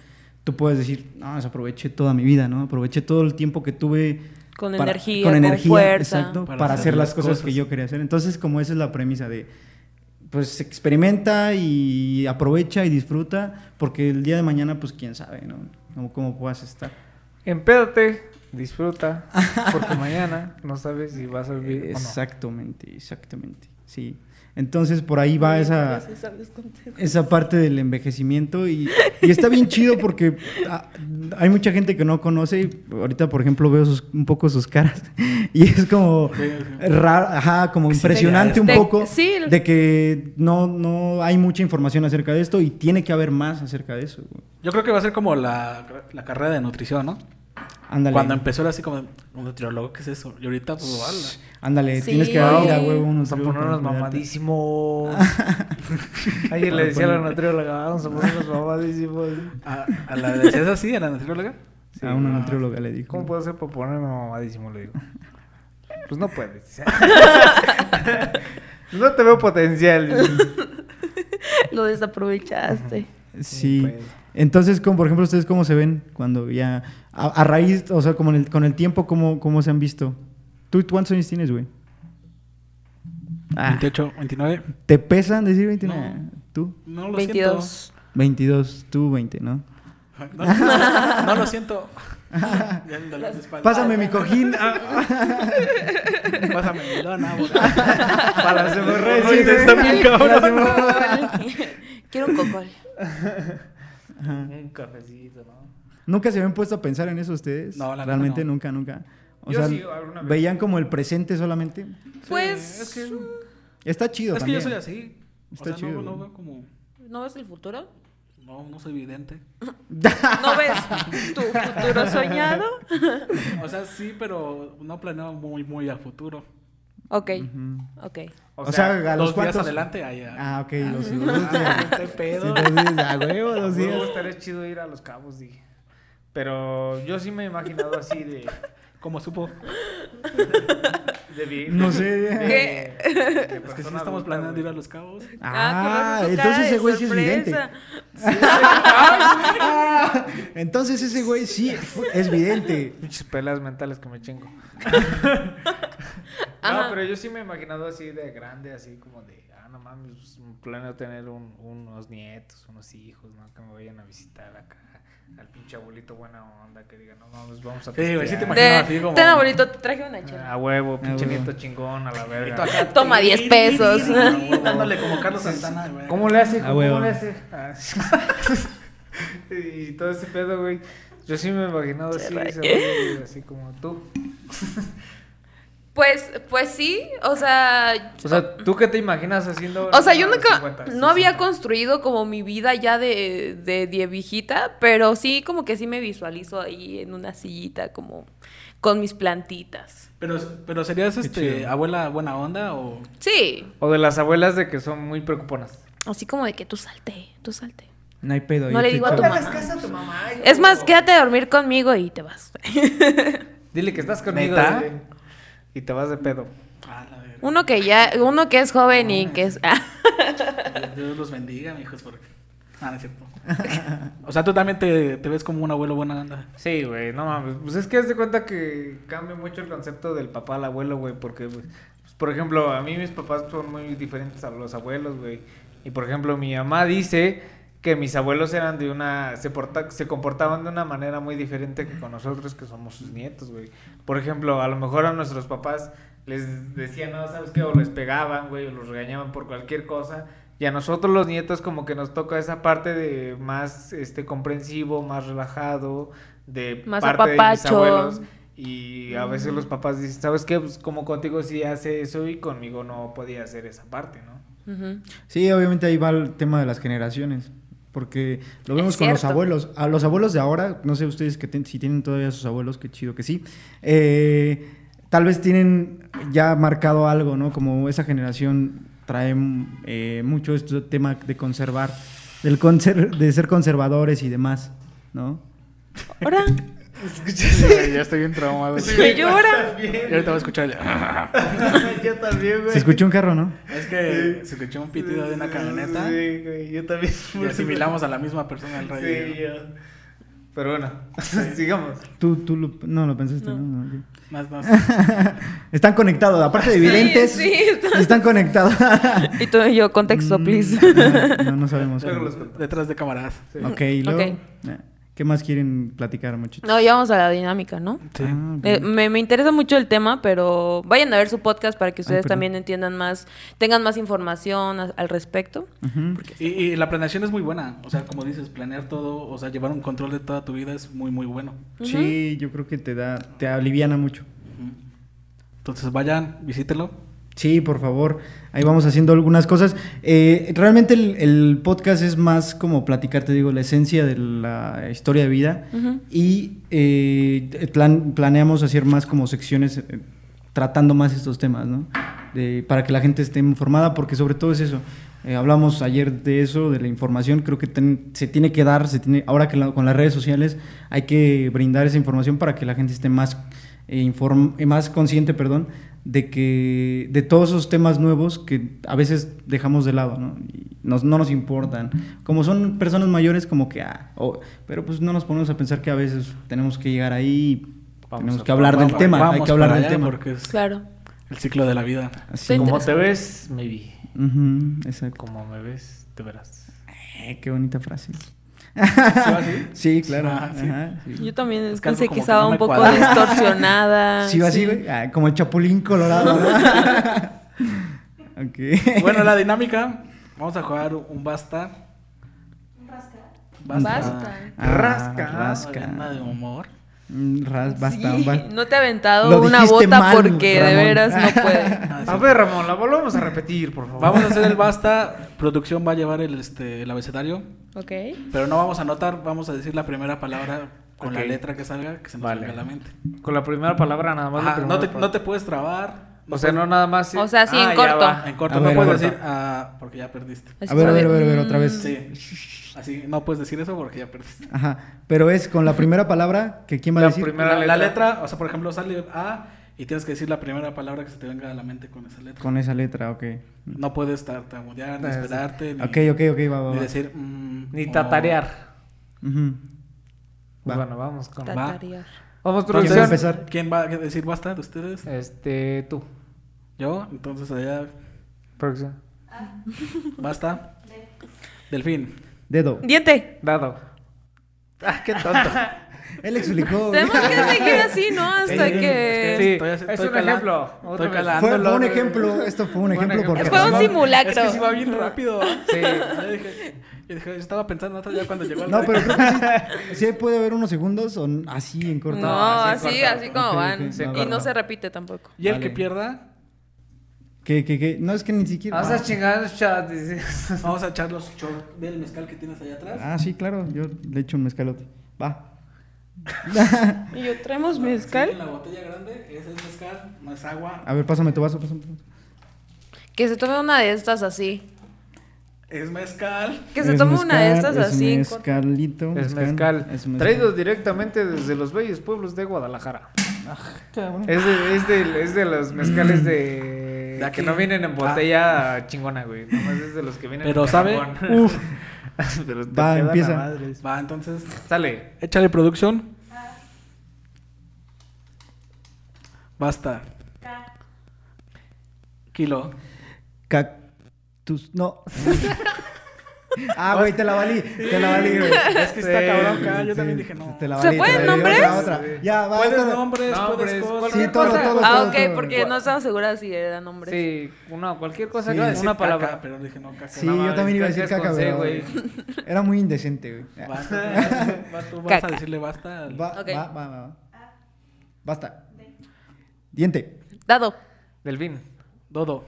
tú puedes decir, no, pues aproveché toda mi vida, ¿no? Aproveché todo el tiempo que tuve.
Con energía, con fuerza.
Exacto, para, hacer las cosas, que yo quería hacer. Entonces, como esa es la premisa de, pues experimenta y aprovecha y disfruta, porque el día de mañana, pues quién sabe, ¿no? Cómo, cómo puedas estar.
Eh, Empédate, disfruta, porque mañana no sabes si vas a vivir o no.
Exactamente, exactamente, sí. Entonces por ahí va esa,
pues,
esa parte del envejecimiento y, y está bien chido porque a- hay mucha gente que no conoce y ahorita por ejemplo veo sus- un poco sus caras y es como raro, ajá, como impresionante un
De-
poco
sí.
de que no, no hay mucha información acerca de esto y tiene que haber más acerca de eso. güey.
Yo creo que va a ser como la, la carrera de nutrición, ¿no?
Ándale.
Cuando empezó era así como, un nutriólogo, ¿qué es eso? Y ahorita, pues, ala.
Ándale,
Sí.
tienes que ir a
Wow.
huevo unos
Vamos a ponernos mamadísimos. Ayer le decía a la nutrióloga, vamos a ponernos mamadísimos.
¿A, a la de ¿es así? ¿A la nutrióloga?
A una nutrióloga le dijo.
¿Cómo puedo hacer para ponerme mamadísimo? Le digo. Pues no puedes. no te veo potencial.
Lo desaprovechaste.
Sí.
Pues.
Entonces, como por ejemplo, ustedes cómo se ven cuando ya a, a raíz, o sea, como en el, con el tiempo cómo, cómo se han visto. ¿Tú cuántos años tienes, güey? Ah,
28, 29.
¿Te pesan decir 29? ¿Tú?
No lo
22.
22, tú 20, ¿no?
siento. No, no, no lo siento. Ya el dolor de espalda.
Pásame mi cojín.
Pásame mi dona, güey.
Para las hemorroides.
Oye, está bien, cabrón.
Quiero un cocol.
Un cafecito, ¿no?
¿Nunca se habían puesto a pensar en eso ustedes?
No, la neta
Realmente
no.
nunca, nunca. O
Yo
sea,
sí, alguna vez.
veían como el presente solamente.
Pues,
Es que, es
Está chido
que yo
también.
soy así.
Está
o sea,
chido,
No, no
güey.
veo como.
¿no ves el futuro?
No, no soy vidente.
¿No ves tu futuro soñado?
O sea, sí, pero no planeo muy, muy a futuro.
Ok,
Mm.
ok.
O, sea, a
Dos días
los cuantos-
adelante, allá.
Ah, ok, los
Estoy pedo.
a huevo, los
Me
días.
gustaría chido ir a los cabos, dije. Pero yo sí me he imaginado así de.
Como supo.
de vivir.
No sé.
De, de
Es que sí
persona
estamos
adulta,
planeando ir a
güey.
los cabos.
Ah,
Ah, con razón su cara
entonces
de
ese güey sí es
sorpresa.
vidente. Ah, Entonces ese güey sí es vidente.
Pinches pelas mentales que me chingo.
Ajá.
No, pero yo sí me he imaginado así de grande, así como de, ah, no mames, pues, planeo tener un- unos nietos, unos hijos, ¿no? Que me vayan a visitar acá. Al pinche abuelito buena onda que diga, no mames, vamos a
Sí, güey, sí te
pistear". Ah,
imagino
De-
así como- Ah.
Ten abuelito, te traje una chela.
A huevo, pinche
huevo.
nieto chingón, a la
Y
verga.
tú acá,
Toma 10 pesos.
Dándole como Carlos Santana, güey.
¿Cómo le hace?
A
¿Cómo
huevo.
le hace? Ah, y todo ese pedo, güey. Yo sí me he imaginado así,
Chale.
ese güey, güey, así como tú.
Pues, pues sí, o sea,
O sea, ¿tú qué te imaginas haciendo?
O sea, yo
a los
nunca,
50,
no había
60?
construido como mi vida ya de, de, de viejita, pero sí como que sí me visualizo ahí en una sillita como con mis plantitas.
Pero, pero serías este,
chido.
abuela buena onda o.
Sí,
O de las abuelas de que son muy preocuponas.
así como de que tú salte, tú salte.
No hay pedo.
No
yo
le
te
digo a tu
echo-
mamá. Es más, quédate a dormir conmigo y te vas.
Dile que estás conmigo.
¿Neta?
güey, Y te vas de pedo.
Ah, la verga.
Uno que ya, uno que es joven y que es... ah.
Dios los bendiga, mijos, porque. Ah, no es cierto. o sea, tú también te, te ves como un abuelo buena onda.
Sí, güey, no mames. Pues es que haz de cuenta que cambia mucho el concepto del papá al abuelo, güey. Porque, pues, pues, por ejemplo, a mí mis papás son muy diferentes a los abuelos, güey. Y por ejemplo, mi mamá dice que mis abuelos eran de una. Se, porta- se comportaban de una manera muy diferente que con nosotros, que somos sus nietos, güey. Por ejemplo, a lo mejor a nuestros papás les decían, no, ¿sabes qué? O les pegaban, güey, o los regañaban por cualquier cosa. Y a nosotros los nietos como que nos toca esa parte de más este comprensivo, más relajado, de
Más
parte
apapacho.
de mis abuelos. Y a veces los papás dicen, ¿sabes qué? Pues como contigo sí hace eso y conmigo no podía hacer esa parte, ¿no?
Ujú.
Sí, obviamente ahí va el tema de las generaciones. Porque lo
Es
vemos con los
cierto.
abuelos. A los abuelos de ahora, no sé ustedes que ten- si tienen todavía sus abuelos, qué chido que sí. eh, tal vez tienen ya marcado algo, ¿no? Como esa generación trae mm, eh, mucho este tema de conservar, del conser- de ser conservadores y demás, ¿no?
Ahora,
ya estoy bien traumado.
me llora.
Y ahorita voy a escuchar el-
yo también,
Se escuchó un carro, ¿no?
Es que se escuchó un pitido de una camioneta
Sí, güey, yo también.
y asimilamos a la misma persona al radio.
Sí, yo. Pero bueno, sigamos.
Tú, tú lo- no lo pensaste, ¿no? Ok.
Más, más.
Están conectados, aparte de videntes,
sí, están-
están conectados.
Y tú y yo,
Mm.
contexto, please.
no, no, no sabemos.
Luego los
Ok,
contamos.
Detrás de cámaras.
y luego,
Ok.
¿qué más quieren platicar, muchachos?
No, ya vamos a la dinámica, ¿no?
Sí.
Ah, ok.
Eh, Me, me interesa mucho el tema, pero vayan a ver su podcast para que ustedes
perdón.
también entiendan más, tengan más información a- al respecto.
Ujú.
Y, y la planeación es muy buena. O sea, como dices, planear todo, o sea, llevar un control de toda tu vida es muy, muy bueno.
Sí, yo creo que te da, te aliviana mucho.
Entonces vayan, visítelo.
Sí, por favor. Ahí vamos haciendo algunas cosas. Eh, realmente el, el podcast es más como platicar, te digo, la esencia de la historia de vida.
Ujú.
Y eh, plan- planeamos hacer más como secciones eh, tratando más estos temas, ¿no? De- para que la gente esté informada, porque sobre todo es eso. Eh, hablamos ayer de eso, de la información. Creo que ten- se tiene que dar, se tiene, ahora que la- con las redes sociales hay que brindar esa información para que la gente esté más, eh, inform- eh, más consciente, perdón, de que de todos esos temas nuevos que a veces dejamos de lado, ¿no? Y nos- no nos importan. Como son personas mayores, como que, ah, o- pero pues no nos ponemos a pensar que a veces tenemos que llegar ahí,
Vamos
tenemos
a-
que hablar del
Vamos-
tema, hay
vamos
que hablar
para
del
allá
tema.
Porque es
Claro.
el ciclo de la vida.
Así.
Sí.
Como te ves, me vi.
Ujú, exacto.
Como me ves, te verás.
Eh, qué bonita frase.
así?
sí, claro.
Ah, sí.
ajá, sí.
Yo también
Es que algo
pensé que
como que
estaba
no
un
me
poco
cuadra.
distorsionada.
Sí, va así, güey. Ah, como el chapulín colorado. ¿no? ok.
Bueno, la dinámica. Vamos a jugar un basta. ¿Un
Basta.
Ah,
Rasca.
Rasca.
de humor.
Mm, ras-
Sí,
basta, basta.
no te ha aventado
Lo
una
dijiste
bota
mal,
porque de
Ramón.
veras no puede.
A ver, Ramón, la volvemos a repetir, por favor.
Ah, Vamos a hacer el basta. Producción va a llevar el, este, el abecedario.
ok.
Pero no vamos a anotar. Vamos a decir la primera palabra con
Ok.
la letra que salga, que se nos
Vale.
venga a la mente.
Con la primera palabra nada más. la
Ajá, Ah, no,
primera
te,
palabra.
no te puedes trabar.
O sea, no nada más. ah,
O sea, sí, en
ya
corto.
va.
En corto
A
no
ver,
puedes
corto.
decir ah, porque ya perdiste.
Así
A ver, a ver, a
como
ver,
de,
a ver, otra vez.
Sí. Así, no puedes decir eso porque ya perdiste.
Ajá. Pero es con la primera palabra que quién va a
La
decir.
primera
La, la
letra.
letra, o sea, por ejemplo, sale A y tienes que decir la primera palabra que se te venga a la mente con esa letra.
Con esa letra, ok.
No puedes tartamudear, ni
Ah, sí.
esperarte, ni,
Ok, ok, ok, va, va.
ni
va.
decir. mm,
Ni
o-
tatarear.
Ujú. Va.
Bueno, vamos con.
mm,
Va.
tatarear.
Vamos,
¿Quién
Entonces,
producción.
va a empezar?
¿Quién va a decir basta de ustedes?
Este, tú.
Yo, entonces allá,
Producción.
basta. Delfín.
Dedo.
Diente.
Dado.
Ah, qué tonto.
Él explicó.
Tenemos que seguir así, ¿no? Hasta
Sí,
que.
Sí,
Eh, Estoy-
es
estoy
un
cala-
ejemplo.
estoy
Otra vez.
calando.
Fue, fue un
Dándolo,
ejemplo, esto fue un
Buen
ejemplo
ejemplo.
porque
Fue un
Ramón-
simulacro.
Es que sí va bien rápido.
Sí.
Yo dije, yo dije, estaba pensando hasta ya cuando llegó el
No, pero
break.
creo que sí, sí puede haber unos segundos o n- así en corto.
No,
así
así,
corta.
así como
Ok,
van.
ok, sí,
y
corta.
no se repite tampoco.
Y el
Vale.
que pierda,
Que, que, que, no es que ni siquiera. Ah,
Vas a chingar el chat. dice.
vamos a echar los chor del mezcal que tienes allá atrás.
Ah, sí, claro, yo le echo un mezcalote. Va.
Y yo traemos
Sí, en
mezcal.
la botella grande, ese es mezcal, no es agua.
A ver, pásame tu vaso, pásame. tu vaso.
Que se tome una de estas así.
Es mezcal.
Que se
Es
tome una de
mezcal,
estas así. en
Es
corto.
mezcalito.
Es mezcal.
es mezcal.
Traído directamente desde los bellos pueblos de Guadalajara.
Cabrón.
Es de, es de, es de los mezcales de.
De aquí. Ah.
que no vienen en botella chingona, güey. Nomás es de los que vienen
Pero,
en
¿sabe?
cajón.
Uf.
Pero te
Va,
quedan a
empieza.
madres.
Va, entonces,
Sale.
échale producción. Basta. Kilo.
Cactus. No. ah, güey, te la valí. Te la valí, güey.
Es que está
Sí,
cabrón, acá. Yo
Sí,
también dije no.
Te la
¿Se
valí, te
pueden
la valí. Otra,
nombres?
otra. Ya, va.
Puedes
otra.
nombres,
Nombres,
puedes cosas.
cualquier
Sí, todo,
cosa.
todo.
Ah,
todo,
ok,
todo.
porque no estaba segura si era nombre.
Sí, una, cualquier cosa.
Sí.
que-
Iba a decir
una
caca,
palabra.
pero dije no, caca.
Sí,
No
yo
mames,
también iba a
caca
decir
es
caca,
con C,
pero
güey.
Era muy indecente, güey.
Basta, vas tú, vas
Caca.
a decirle basta. al-
Va,
Ok.
va, va, va, va. Basta. Diente.
Dado.
Delfín.
Dodo.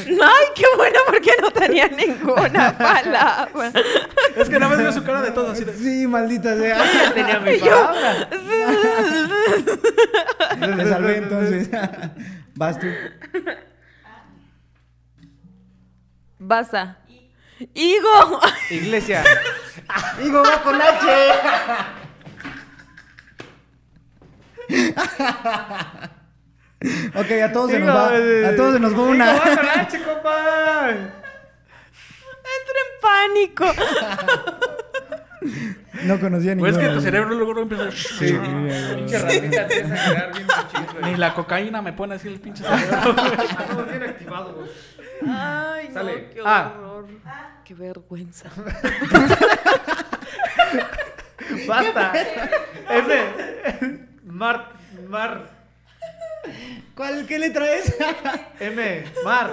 Ay, qué bueno, porque no tenía ninguna palabra.
Es que nada más veo su cara de todo así de...
Sí, maldita sea.
Tenía mi palabra.
Me salvé entonces. Vas tú.
Basta. Higo.
Iglesia. Digo, va con H.
Ok, a todos se
Digo,
nos va. A todos se nos va
digo,
una.
va con H, compa.
Entro en pánico.
No conocía
Pues es
ninguna.
que tu
güey.
cerebro luego luego empieza.
Sí, pinche ramita te vas a quedar bien chido.
Ni la cocaína me pone así el pinche cerebro.
Ah, no, tiene activado, güey.
Ay, no,
Sale.
qué
Ah.
horror. Qué vergüenza.
Basta. M. Mar. Mar.
¿Cuál? ¿Qué letra es?
M. Mar.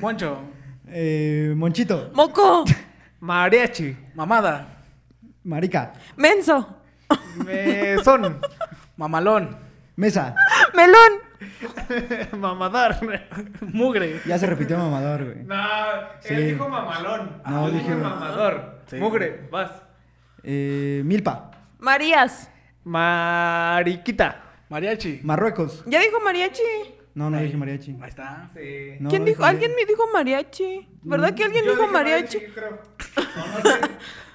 Moncho,
Eh, Monchito.
Moco,
Mariachi.
mamada,
Marica.
menso,
Mesón.
mamalón,
Mesa.
melón.
Mamadar.
mugre.
Ya se repitió mamador, güey.
No, él
Sí.
dijo mamalón.
No,
Yo dije
dije-
mamador.
Sí.
Mugre, vas.
Eh, Milpa.
Marías.
Mariquita.
Mariachi.
Marruecos.
Ya dijo mariachi.
No, no dije mariachi.
Ahí está.
Sí.
No,
¿Quién
dije
dijo? Alguien
mariachi.
me dijo mariachi. ¿Verdad que alguien
Yo
dijo
dije
mariachi?
creo. No, no sé.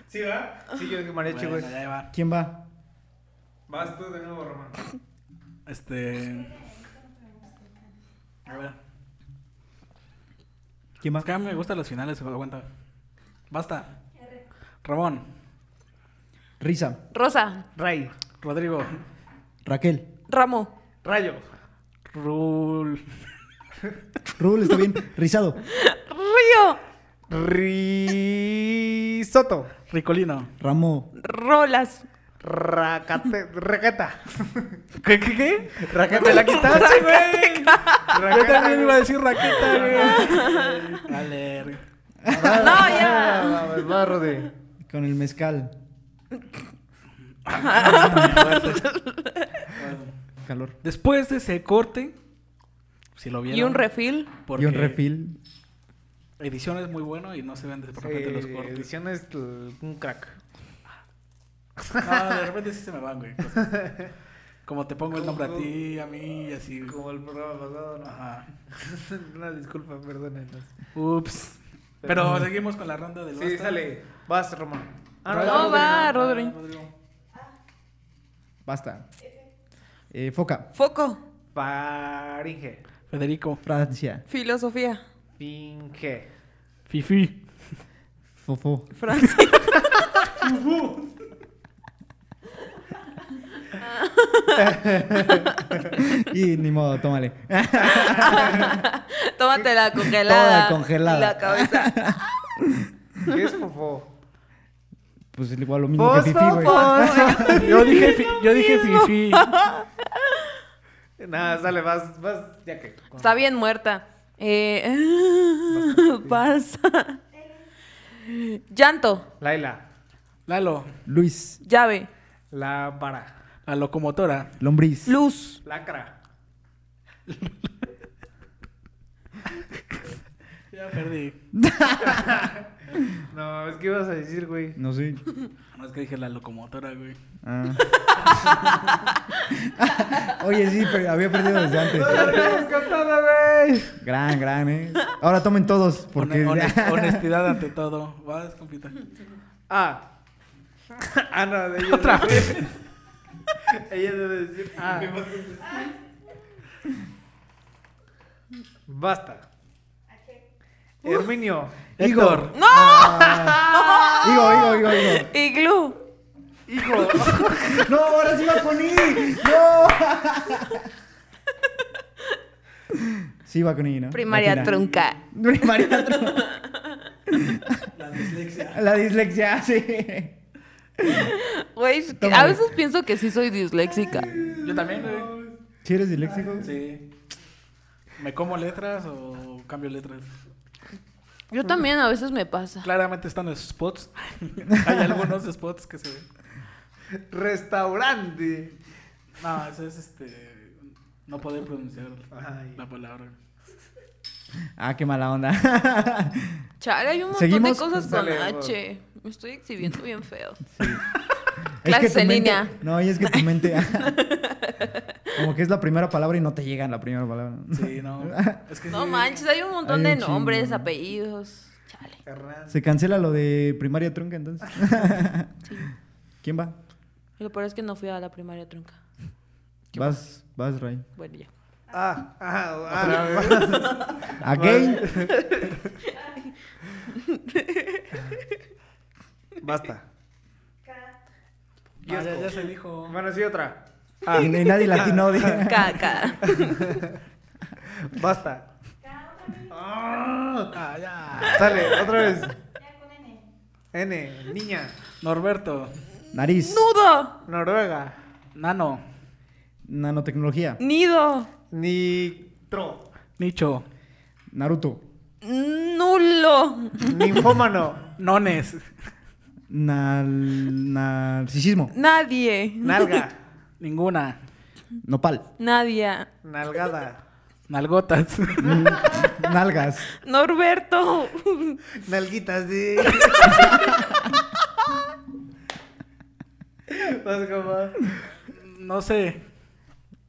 ¿Sí, verdad? Sí, yo dije mariachi, güey.
Bueno, ya va.
¿Quién va?
Vas tú de nuevo, Román.
Este. A ver.
¿Quién va?
Es que a mí me gustan los finales, aguanta. Basta. Ramón,
Risa.
Rosa,
Ray.
Rodrigo,
Raquel.
Ramo,
Rayo.
Rul.
Rubel está bien. Rizado.
Río,
Risoto.
Ricolino.
Ramo.
Rolas,
Racate, raqueta.
¿Qué, qué, qué?
Raqueta, ¿me la quitaste, güey.
Yo también iba
Raqueta.
a decir raqueta, güey. Ah, Dale. re-
No, ya.
Va, Rodi.
Con el mezcal. Calor.
Después de ese corte, si lo vieron.
y un refil.
porque
Y un refil.
Edición es muy bueno y no se ven de repente los
Sí,
cortes.
edición es l- un crack.
No, de repente sí se me van, güey. cosas. Como te pongo el nombre a ti, a mí, y así.
Como el programa pasado, ¿no?
Ajá.
Una disculpa, perdónenos.
Ups. Pero seguimos con la ronda del
Sí,
basta.
sale. Vas, Román.
Ah, No, va, Rodri.
Basta. Eh, foca.
Foco,
Ah, Faringe.
Federico.
Francia.
filosofía,
Finge.
Fifi.
Fofo.
Francia.
Y ni modo, tómale.
Tómate la congelada.
Toda congelada.
La cabeza.
¿Qué es fofo?
Pues igual lo mismo que Fifi, güey.
Yo dije, fi- yo dije Fifi.
Nada, sale, vas, vas, ya que. con-
Está bien muerta. Eh, pasa. Llanto,
Laila.
Lalo.
Luis.
llave,
La vara.
La locomotora.
Lombriz.
luz,
Lacra.
Ya perdí.
No, es que ibas a decir, güey.
No sé.
No es que dije la locomotora, güey.
Ah. Oye, sí, pero había perdido desde antes.
¡Estás cantando, güey!
Gran, gran, ¿eh? Ahora tomen todos, porque...
Hone- honest- honestidad ante todo. Vas, compita.
Ah. Ah, no, de ella
Otra
debe- ella debe decir. Ah. Basta. Herminio.
Héctor.
¡No!
Digo, digo, digo, digo.
iglú,
Hijo.
No, ahora sí va con I. No. Sí va con I, ¿no?
primaria
Latina.
trunca.
Primaria trunca.
La dislexia.
La dislexia, sí.
Güey, es que a
Tómale.
veces pienso que sí soy disléxica.
Yo también, güey.
¿Sí eres disléxico?
Sí. ¿Me como letras o cambio letras?
Yo también a veces me pasa.
Claramente están los spots. Hay algunos spots que se ven.
Restaurante.
No, eso es este. No poder pronunciar
Ay.
la palabra.
Ah, qué mala onda.
Chale, hay un montón de
¿Seguimos?
cosas con
Dale, por-
H. Me estoy exhibiendo bien feo.
tu
Clases en
mente-
línea.
No, y es que tu mente... Como que es la primera palabra y no te llega la primera palabra.
Sí, no. Es que
No
sí.
manches, hay un montón
Hay
de
un chingo,
nombres,
¿no?
apellidos. Chale.
Hernández.
Se cancela lo de primaria trunca, entonces. ¿Quién va?
Y lo peor es que no fui a la primaria trunca.
Vas, vas, Ray.
Bueno, ya.
Ah, ah, ah.
Again.
Basta.
Ah, ya,
kiosco.
ya se dijo.
Bueno, sí, otra.
Y, y nadie latino.
Caca.
Basta.
Cada otra vez,
Ah, ya.
Sale, otra vez.
ya con N.
N, niña,
Norberto.
Nariz.
Nudo.
Noruega,
Nano.
Nanotecnología.
Nido.
nitro,
Nicho.
Naruto.
Nulo.
ninfómano,
Nones.
Nal- narcisismo.
Nadie.
nalga,
Ninguna.
Nopal.
Nadia.
nalgada,
Nalgotas.
Nalgas.
Norberto.
nalguitas de... Vas, compa.
no sé.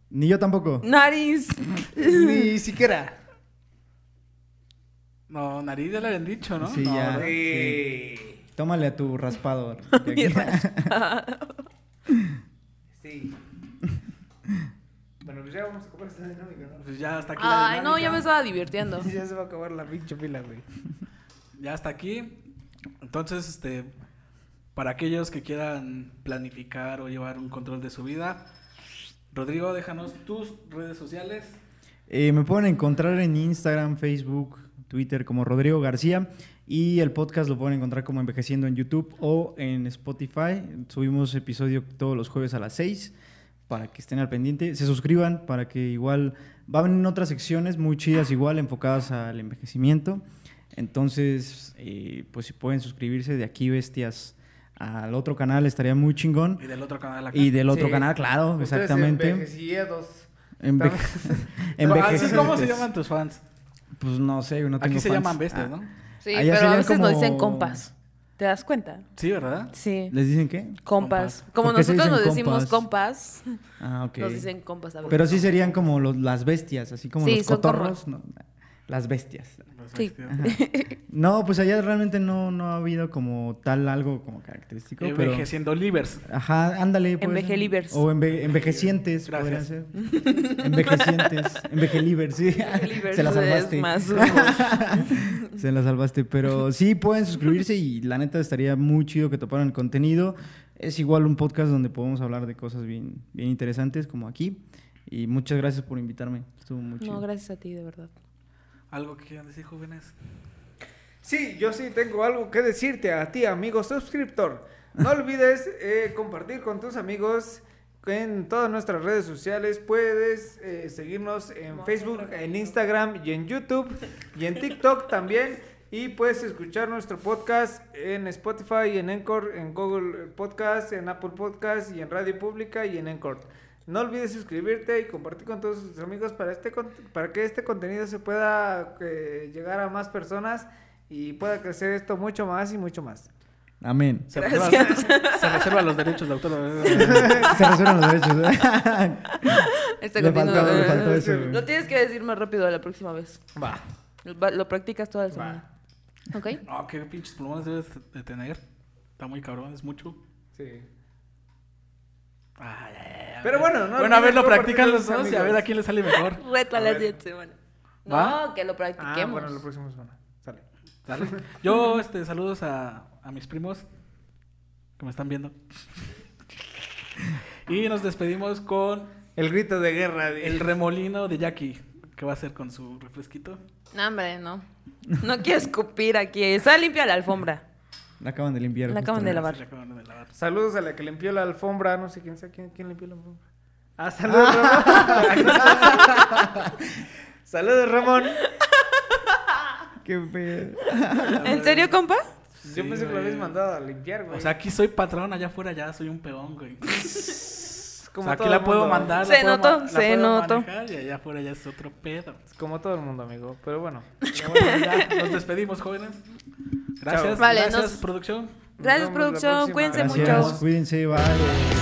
Ni yo tampoco.
Nariz.
Ni siquiera.
No, nariz ya le habían dicho, ¿no?
Sí,
No,
ya.
¿verdad?
Sí.
Tómale a tu raspado.
Mi raspado.
Sí. Bueno, pues ya vamos a acabar esta dinámica, ¿no?
Pues ya hasta aquí. la
Ay, no,
dinámica.
ya me estaba divirtiendo.
Ya se va a acabar la pinche pila, güey.
Ya hasta aquí. Entonces, este, para aquellos que quieran planificar o llevar un control de su vida, Rodrigo, déjanos tus redes sociales.
Eh, me pueden encontrar en Instagram, Facebook, Twitter como Rodrigo García y el podcast lo pueden encontrar como Envejeciendo en YouTube o en Spotify. Subimos episodio todos los jueves a las 6 para que estén al pendiente. Se suscriban para que igual va a venir otras secciones muy chidas igual enfocadas al envejecimiento. Entonces, eh, pues si pueden suscribirse de aquí bestias al otro canal estaría muy chingón.
Y del otro canal acá.
Y del otro
Sí.
canal, claro,
Ustedes
exactamente.
Envejecidos.
Enve-
Envejecidos.
envejecientes.
ah, ¿Cómo se llaman tus fans?
Pues no sé, no tengo
Aquí se
fans.
llaman bestias,
Ah,
¿no?
Sí,
Allá
pero a
serían
veces nos
como-
dicen compas. ¿Te das cuenta?
Sí, ¿verdad?
Sí.
¿Les dicen qué?
Compas.
Compas.
Como
¿Por qué se
nosotros nos
dicen
decimos compas,
Ah, ok.
nos dicen compas a veces.
Pero sí serían como los- las bestias, así como
Sí,
los
son
cotorros. no, las bestias.
Pues,
Sí.
este,
No, pues allá realmente no, no ha habido como tal algo como característico. Pero,
eh, Envejeciendo livers.
ajá, ándale. puede ser.
Envejelivers.
O enve- envejecientes. podrían
Gracias.
ser. Envejecientes. Envejelivers, sí.
Envejelivers
Se la
es
salvaste.
más
Se la salvaste. Pero sí, pueden suscribirse y la neta estaría muy chido que toparan el contenido. Es igual un podcast donde podemos hablar de cosas bien, bien interesantes como aquí. Y muchas gracias por invitarme. Estuvo muy chido.
No, gracias a ti, de verdad.
Algo que quieran decir, jóvenes.
Sí, yo sí tengo algo que decirte a ti, amigo suscriptor. No olvides eh, compartir con tus amigos en todas nuestras redes sociales. Puedes eh, seguirnos en Facebook, en Instagram y en YouTube y en TikTok también. Y puedes escuchar nuestro podcast en Spotify, en Anchor, en Google Podcast, en Apple Podcast y en Radio Pública y en Anchor. No olvides suscribirte y compartir con todos tus amigos para, este, con- para que este contenido se pueda eh, llegar a más personas y pueda crecer esto mucho más y mucho más.
Amén.
Se reserva, se reserva los derechos de autor.
Se resuelven los derechos. ¿eh?
Este
Le
continuo-
faltó- le faltó eso, güey.
Lo tienes que decir más rápido la próxima vez.
Va.
Lo, lo practicas toda la semana. ¿Ok?
No, qué pinches pulmones debes de tener. Está muy cabrón, es mucho.
Sí.
Ay, ay, ay, a
Pero
ver.
bueno, no
bueno, a ver,
olviden
lo
compartir
practican
con
los
sus
dos y a ver
amigos.
a quién le sale mejor.
Reto a
A
las
ver.
10 semanas. No,
¿Va?
que lo
Ah,
practiquemos.
bueno, la próxima semana. Sale.
Dale. Yo, este, saludos a, a mis primos que me están viendo. Y nos despedimos con
El grito de guerra. de-
el remolino de Jackie, que va a hacer con su refresquito.
No, hombre, no. No quiero escupir aquí. Está limpia la alfombra.
La acaban de limpiar.
La acaban
justo.
de
Se
lavar.
le acaban de lavar.
Saludos a la que limpió la alfombra. No sé quién sea. ¿Quién, quién limpió la alfombra? Ah, saludos, Ramón. saludos, Ramón.
Qué pedo.
¿En serio, compa?
Yo pensé que lo habías mandado a limpiar, güey.
O sea, aquí soy patrón, allá afuera ya soy un peón, güey.
Es
O
como
sea, aquí
todo
la
el
puedo
mundo,
mandar.
Se
la puedo
notó,
ma- la
se
puedo
notó.
manejar Y allá afuera ya es otro pedo.
güey. Como todo el mundo, amigo. Pero bueno.
Pero bueno, ya, nos despedimos, jóvenes. Gracias,
Vale,
gracias,
nos-
producción.
Nos
Gracias,
vemos la
producción.
próxima.
Cuídense
Gracias.
mucho.
Gracias. Cuídense. Bye.